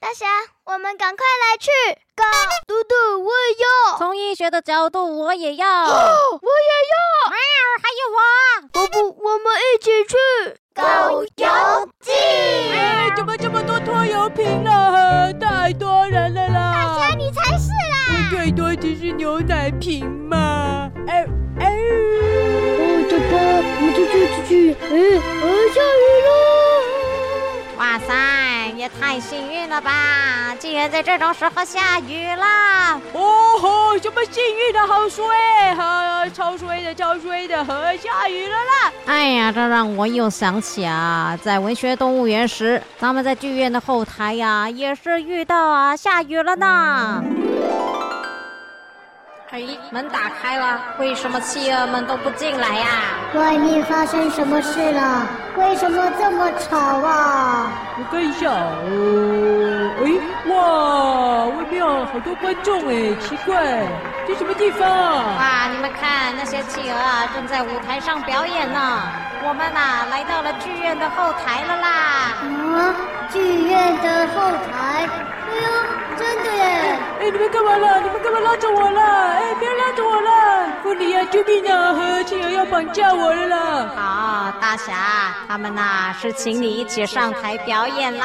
大侠，我们赶快来去狗嘟嘟，我也要，从医学的角度，我也要。喵，哦，我也还有要，我。我不，我们一起去狗游记。哎，怎么这么多拖油瓶了？太多人了啦！你才是啦！最多只是牛奶瓶嘛。哎哎，哦，走吧，我们出去出去。嗯，哦，下雨喽。哇塞，也太幸运了吧！竟然在这种时候下雨啦！哦吼，什么幸运的好衰，哈，超衰的超衰的，呵，下雨了啦！哎呀，这让我又想起啊，在文学动物园时，咱们在剧院的后台呀、也是遇到啊下雨了呢。嗯哎，门打开了，为什么企鹅们都不进来呀、外面发生什么事了？为什么这么吵啊？我看一下哦，哎哇，外面好多观众哎，奇怪，这什么地方啊？哇，你们看那些企鹅啊，正在舞台上表演呢。我们呐、来到了剧院的后台了啦。啊，剧院的后台。哎呦，真的耶！哎，你们干嘛啦？你们干嘛拉着我啦？哎，不要拉着我啦！狐狸啊，救命啊！呵，企鹅要绑架我了啦！好，大侠，他们呐、是请你一起上台表演啦。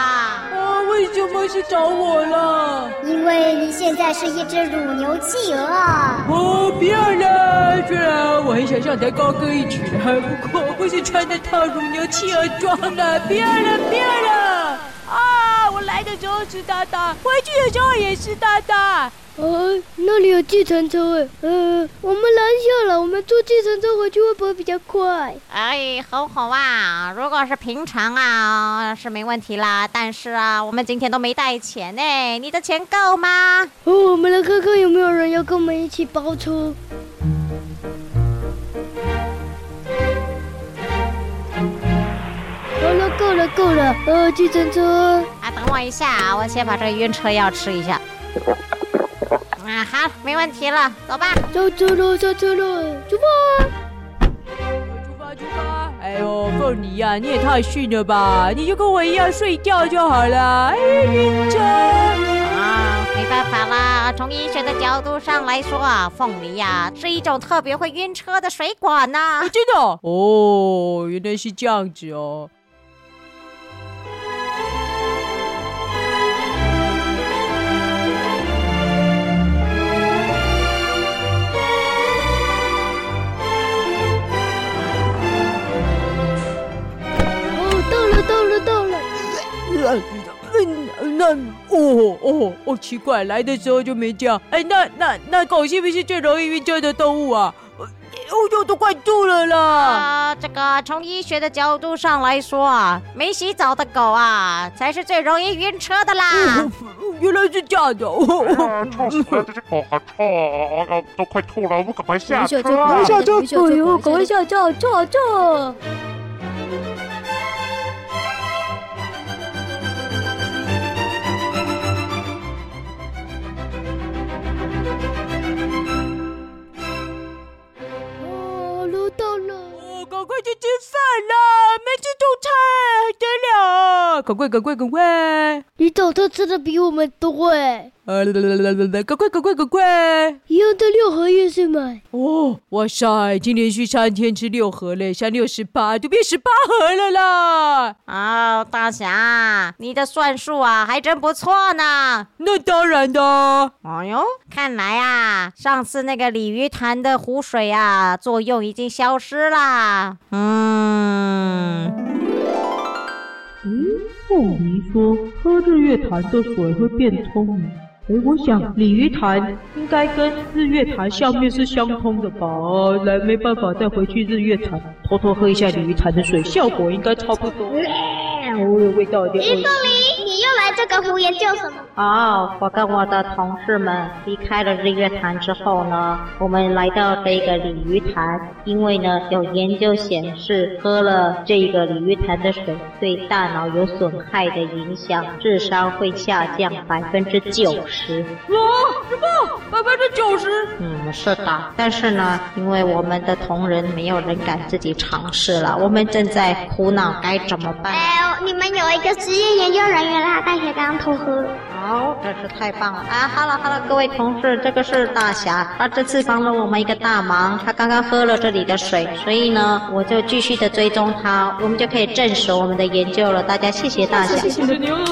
啊，为什么是找我啦？因为你现在是一只乳牛企鹅啊。哦，不要啦！虽然我很想上台高歌一曲，不过我不是穿那套乳牛企鹅装的，不要了，不要了！啊，我来的时候湿哒哒，回去的时候也湿哒哒。哎哦，那里有计程车哎，呃，我们拦下了，我们坐计程车回去会不会比较快？哎，吼吼啊！如果是平常啊，是没问题啦。但是啊，我们今天都没带钱呢、你的钱够吗？哦，我们来看看有没有人要跟我们一起包车。好了，够了，够了，呃，计程车，啊，等我一下啊，我先把这个晕车药吃一下。啊，好，没问题了，走吧。上车喽，上车喽，出发！出发，出发！哎呦，凤梨呀、你也太逊了吧！你就跟我一样睡觉就好了。哎，晕车。啊，没办法啦，从医学的角度上来说啊，凤梨呀、是一种特别会晕车的水果呢。真的哦哦，原来是这样子哦。哦，到了，到了，到了，嗯，那哦哦哦，奇怪，来的时候就没这样。哎，那那那狗是不是最容易晕车的动物啊？哦，我都快吐了啦！啊，这个从医学的角度上来说啊，没洗澡的狗啊，才是最容易晕车的啦。原来是这样的。哦啊，臭死了！这只狗好臭啊！啊都快吐了，我们赶快下车赶啊快！下车，赶快下车哎呦，赶快下车，下车！哦，撸到了。哦，赶快去吃饭啦！没吃中餐还得了啊？赶快，赶快，赶快！你早餐吃的比我们多哎，呃，来来来来来，赶快，赶快，赶快！一样在六合夜市买。哦，哇塞，已经连续三天吃六盒嘞，像六十八就变十八盒了啦！哦，大侠，你的算术啊，还真不错呢。那当然的啊，哎呦，看来啊，上次那个鲤鱼潭的湖水啊，作用已经消失啦。嗯，凤梨说喝日月潭的水会变聪明。哎，我想鲤鱼潭应该跟日月潭上面是相通的吧？哦，来，没办法再回去日月潭，偷偷喝一下鲤鱼潭的水，效果应该差不多。我有味道有点恶心哎你你又来这个湖研究什么？哦，我跟我的同事们离开了日月潭之后呢，我们来到这个鲤鱼潭，因为呢有研究显示，喝了这个鲤鱼潭的水对大脑有损害的影响，智商会下降百分之九十。啊！什么？百分之九十。嗯，是的，但是呢，因为我们的同仁没有人敢自己尝试了，我们正在苦恼该怎么办。哎呦，你们有一个职业研究人员啦，大学刚投河。好、真是太棒了啊哈喽哈喽，各位同事，这个是大侠，他这次帮了我们一个大忙，他刚刚喝了这里的水，所以呢，我就继续的追踪他，我们就可以证实我们的研究了。大家谢谢大侠。谢谢你啊！哎呦，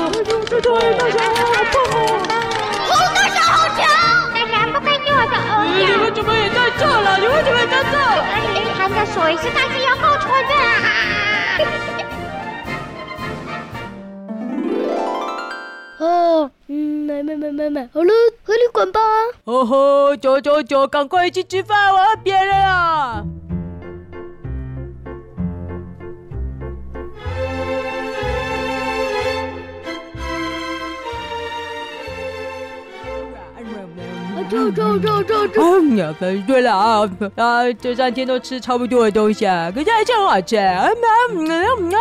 这这大侠好棒哦！大侠好强！大侠不愧是我的偶哎你像。们怎么也在这了？你们怎么也在这了？而且他的水是大西洋报出的啊！哦，嗯，买买买买买，好了，回旅馆吧。哦吼，九九九，赶快去吃饭，我要别人啊！啊，走走走走走。嗯，呀对了啊啊！这三天都吃差不多的东西啊，可是还是很好吃。嗯嗯嗯嗯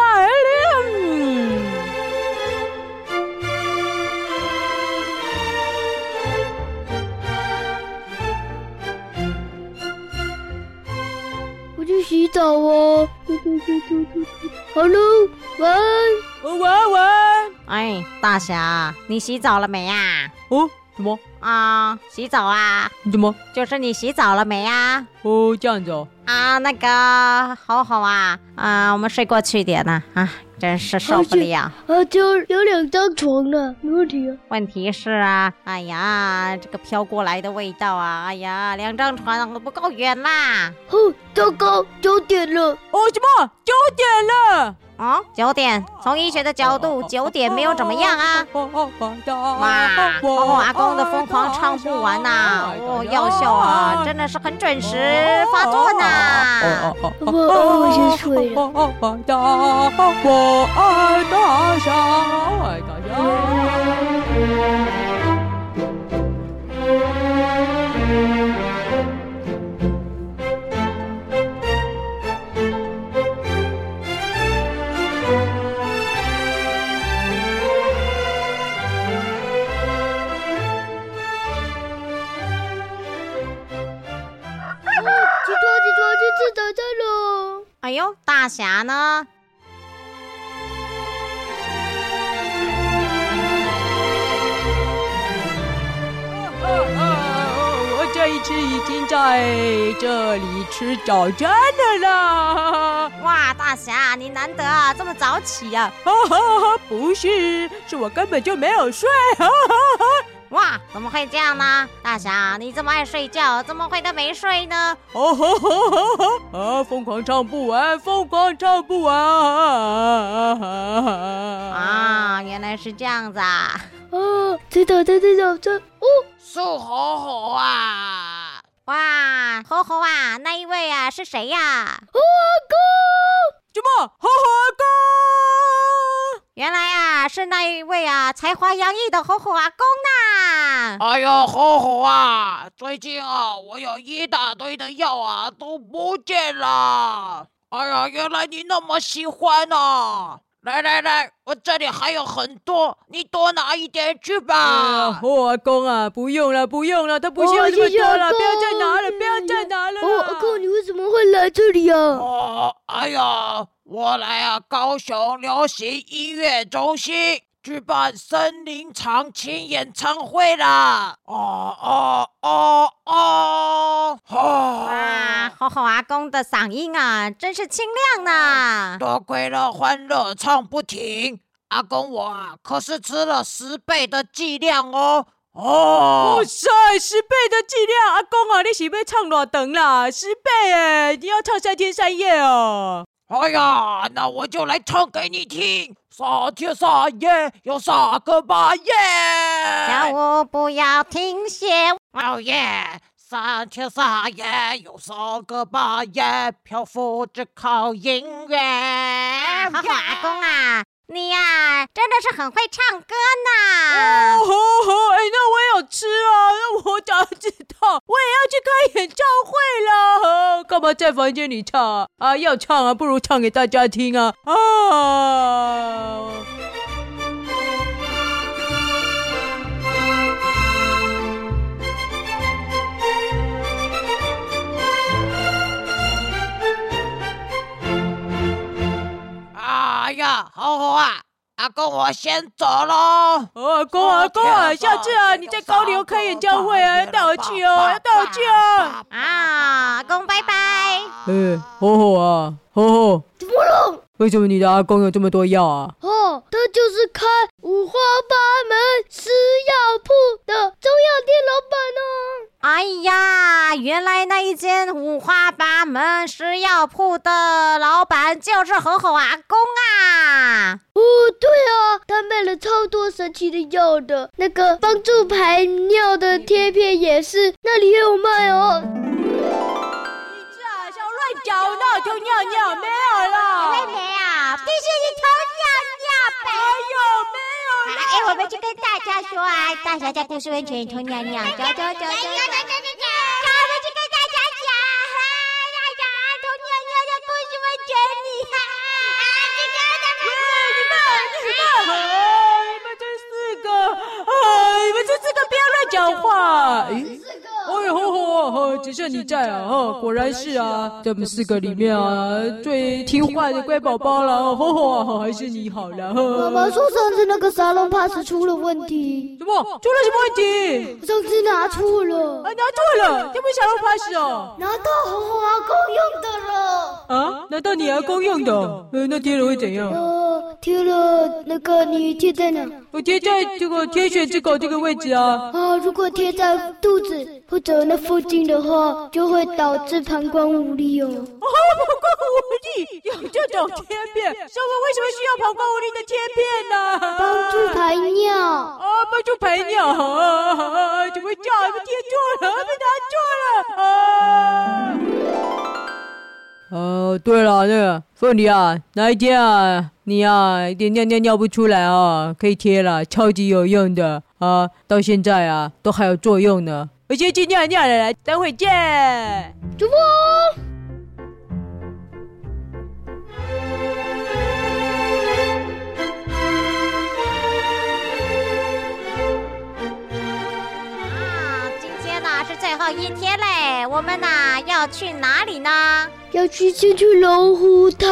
嗯。我去洗澡哦。好喽，晚安。晚安晚安。哎，大侠，你洗澡了没呀、哦，怎么？啊？洗澡啊，你怎么？就是你洗澡了没呀、哦，这样子哦。啊？那个，好好啊，啊，我们睡过去一点呐、啊，真是受不了。啊，就有两张床呢，没问题啊。问题是啊，哎呀，这个飘过来的味道啊，哎呀，两张床不够远啦。哦，糟糕，九点了。哦，什么？九点了。哦，九点，从医学的角度，九点没有怎么样啊。哇！哇，哦，阿公的疯狂唱不完呐、哦，药效啊，真的是很准时发作呐、我我先睡了。我大我爱大侠，我爱大侠。起床，起床，去吃早餐喽！哎呦，大侠呢？我这一次已经在这里吃早餐的啦。哇，大侠，你难得啊这么早起呀、哈哈哈，不是，是我根本就没有睡。哈哈哈。哇，怎么会这样呢？大侠，你这么爱睡觉，怎么会都没睡呢？哦吼吼吼吼！啊，疯狂唱不完，疯狂唱不完啊！啊，原来是这样子啊！啊，吃早餐，吃早餐。哦，树猴猴啊！哇，猴猴啊，那一位啊是谁呀、怎么，好好原来啊是那一位啊才华洋溢的猴猴阿公呐、哎呦，吼吼啊！最近啊，我有一大堆的药啊，都不见了。哎呀，原来你那么喜欢啊！来来来，我这里还有很多，你多拿一点去吧。啊！啊，我阿公啊，不用了，不用了，他不需要哦这么谢谢多了，阿公不要再拿了，不要再拿了啦。哦，阿公，你为什么会来这里啊？哦，哎呀，我来啊，高雄流行音乐中心举办森林长青演唱会啦！哦哦哦哦，哇哦，，猴猴阿公的嗓音啊真是清亮呐、多亏了欢乐唱不停，阿公我啊可是吃了十倍的剂量哦。哦哇，塞，十倍的剂量，阿公啊，你是要唱偌长啦？十倍哎，你要唱三天三夜哦。哎呀，那我就来唱给你听，撒天撒野有撒个巴耶。小舞不要停歇，哦耶！三天三夜，有三个半夜，漂浮着靠音乐。啊猴猴阿公耶！啊，你呀、真的是很会唱歌呐、哦吼吼！哎，那我有吃啊，那我早知道我也要去开演唱会了。干嘛在房间里唱啊？啊，要唱啊，不如唱给大家听啊啊！哦哎好火啊！阿公，我先走喽。哦，公啊公啊，下次啊你在高流开演唱会啊，要带我去哦，要带我去哦。啊，阿公拜拜。哎，吼吼啊，吼吼，怎么了？为什么你的阿公有这么多药啊？哦，他就是开五花八门私药铺的中药店老板哦。哎呀，原来那一间五花八门食药铺的老板就是吼吼阿公啊！哦，对啊，他卖了超多神奇的药的，那个帮助排尿的贴片也是，那里也有卖哦。脚那就尿尿没有妹了。妹啊，必须你头尿尿呗。哎呦，没有。哎，我们去跟大家说啊，大侠在故事温泉里头尿尿，走走走走。哎，你们这四个，哎，你们这四个不要乱讲话。咦，哎吼吼吼，只剩你在啊！哦，果然是啊，在我们四个里面啊，最听话的乖宝宝了。哦吼吼吼，还是你好了。妈妈妈说上次那个沙龙 pass 出了问题，什么？出了什么问题？上次拿错了啊，，拿错了，这不是小龙 pass 哦。拿到红红阿公用的了。啊，拿到你阿公用的哦？呃，那贴了会怎样？呃，贴了那个你贴在哪？我贴在这个天选之口这个位置啊。啊，如果贴在肚子或者那附近的话，就会导致膀胱无力哦。哦，膀胱无力有这种贴 片，小狗为什么需要膀胱无力的贴片呢？帮助排尿，啊，帮助排尿，啊怎么叫？被贴错了，被拿错了啊！哦，对了，那个凤梨啊，哪一天啊，你啊一点尿尿尿不出来啊，可以贴了，超级有用的啊，到现在啊都还有作用呢。我先去尿尿了，啊来，等会见。主播。啊，今天呢是最后一天嘞，我们呢要去哪里呢？要去先去龙虎塔，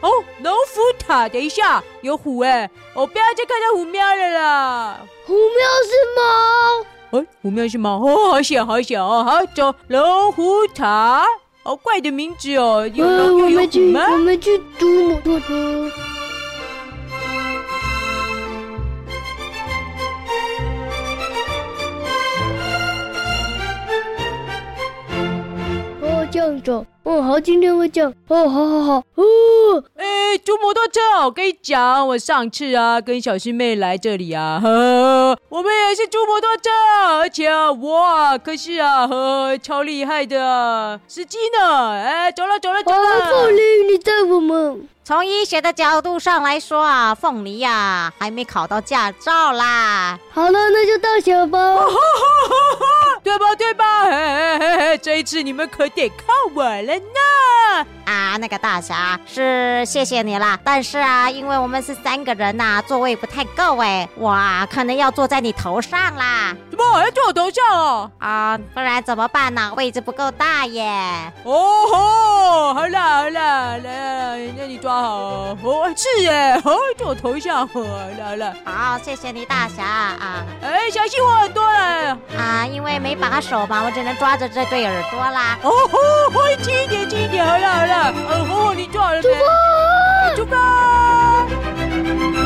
哦，龙虎塔，等一下，有虎哎、我不要再看到虎喵了啦。虎喵是猫，哦，虎喵是吗？哦，好小好小哦，好走，龙虎塔，好怪的名字哦，有呃，龙我又有嗯们虎去吗？我们去祖母托托。哦，这样走，哦，好，今天会这样，哦，好好好，哦，哎，租摩托车哦，我跟你讲，我上次啊跟小师妹来这里啊，呵，我们也是租摩托车，而且啊我啊可是啊呵超厉害的啊，司机呢？哎，走了走了走哦，了凤。梨，你带我们，从医学的角度上来说啊，凤梨呀、还没考到驾照啦。好了，那就到小吧。对吧？对吧？嘿嘿嘿嘿，这一次你们可得靠我了呢！啊，那个大侠是谢谢你啦，但是啊，因为我们是三个人呐、座位不太够哎，哇，可能要坐在你头上啦怎么还在我头上啊？啊，不然怎么办呢？位置不够大耶。哦吼！好啦好啦，来来来，那你抓好哦。哦，是耶，哦，在我头上，哦好啦好啦，好，谢谢你大侠啊哎，小心我耳朵了。啊，因为没把手嘛，我只能抓着这对耳朵啦。哦吼，哦轻一点轻哎一点，好啦好啦，哦吼，你抓好了没？出发！出发！